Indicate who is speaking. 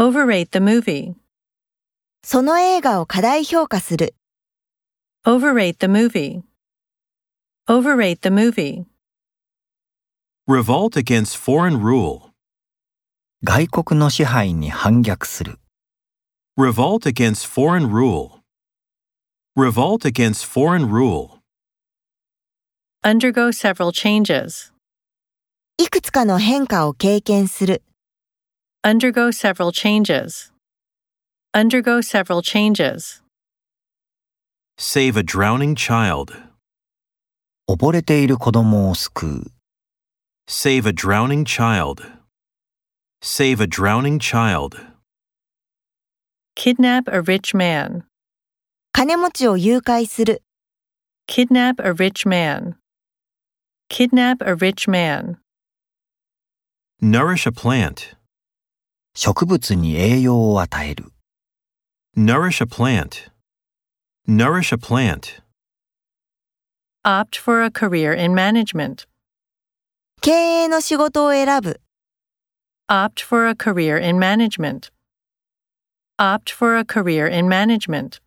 Speaker 1: Overrate the movie.
Speaker 2: その映画を過大評価する。
Speaker 1: Overrate the movie. Overrate the movie.
Speaker 3: Revolt against foreign rule.
Speaker 4: 外国の支配に反逆する。
Speaker 3: Revolt against foreign rule. Revolt against foreign rule.
Speaker 1: Undergo several changes.
Speaker 2: いくつかの変化を経験する。
Speaker 1: Undergo several changes. Undergo several changes.
Speaker 3: Save a drowning child.
Speaker 4: 溺れている子供を救う。
Speaker 3: Save a drowning child. Save a drowning child.
Speaker 1: Kidnap a rich man.
Speaker 2: 金持ちを誘拐する。
Speaker 1: Kidnap a rich man. Kidnap a rich man.
Speaker 3: Nourish a plant.
Speaker 4: 植物に栄養を与える。
Speaker 3: Nourish a plant. Nourish a plant.
Speaker 1: Opt for a career in management.
Speaker 2: 経営の仕事を選ぶ。
Speaker 1: Opt for a career in management. Opt for a career in management.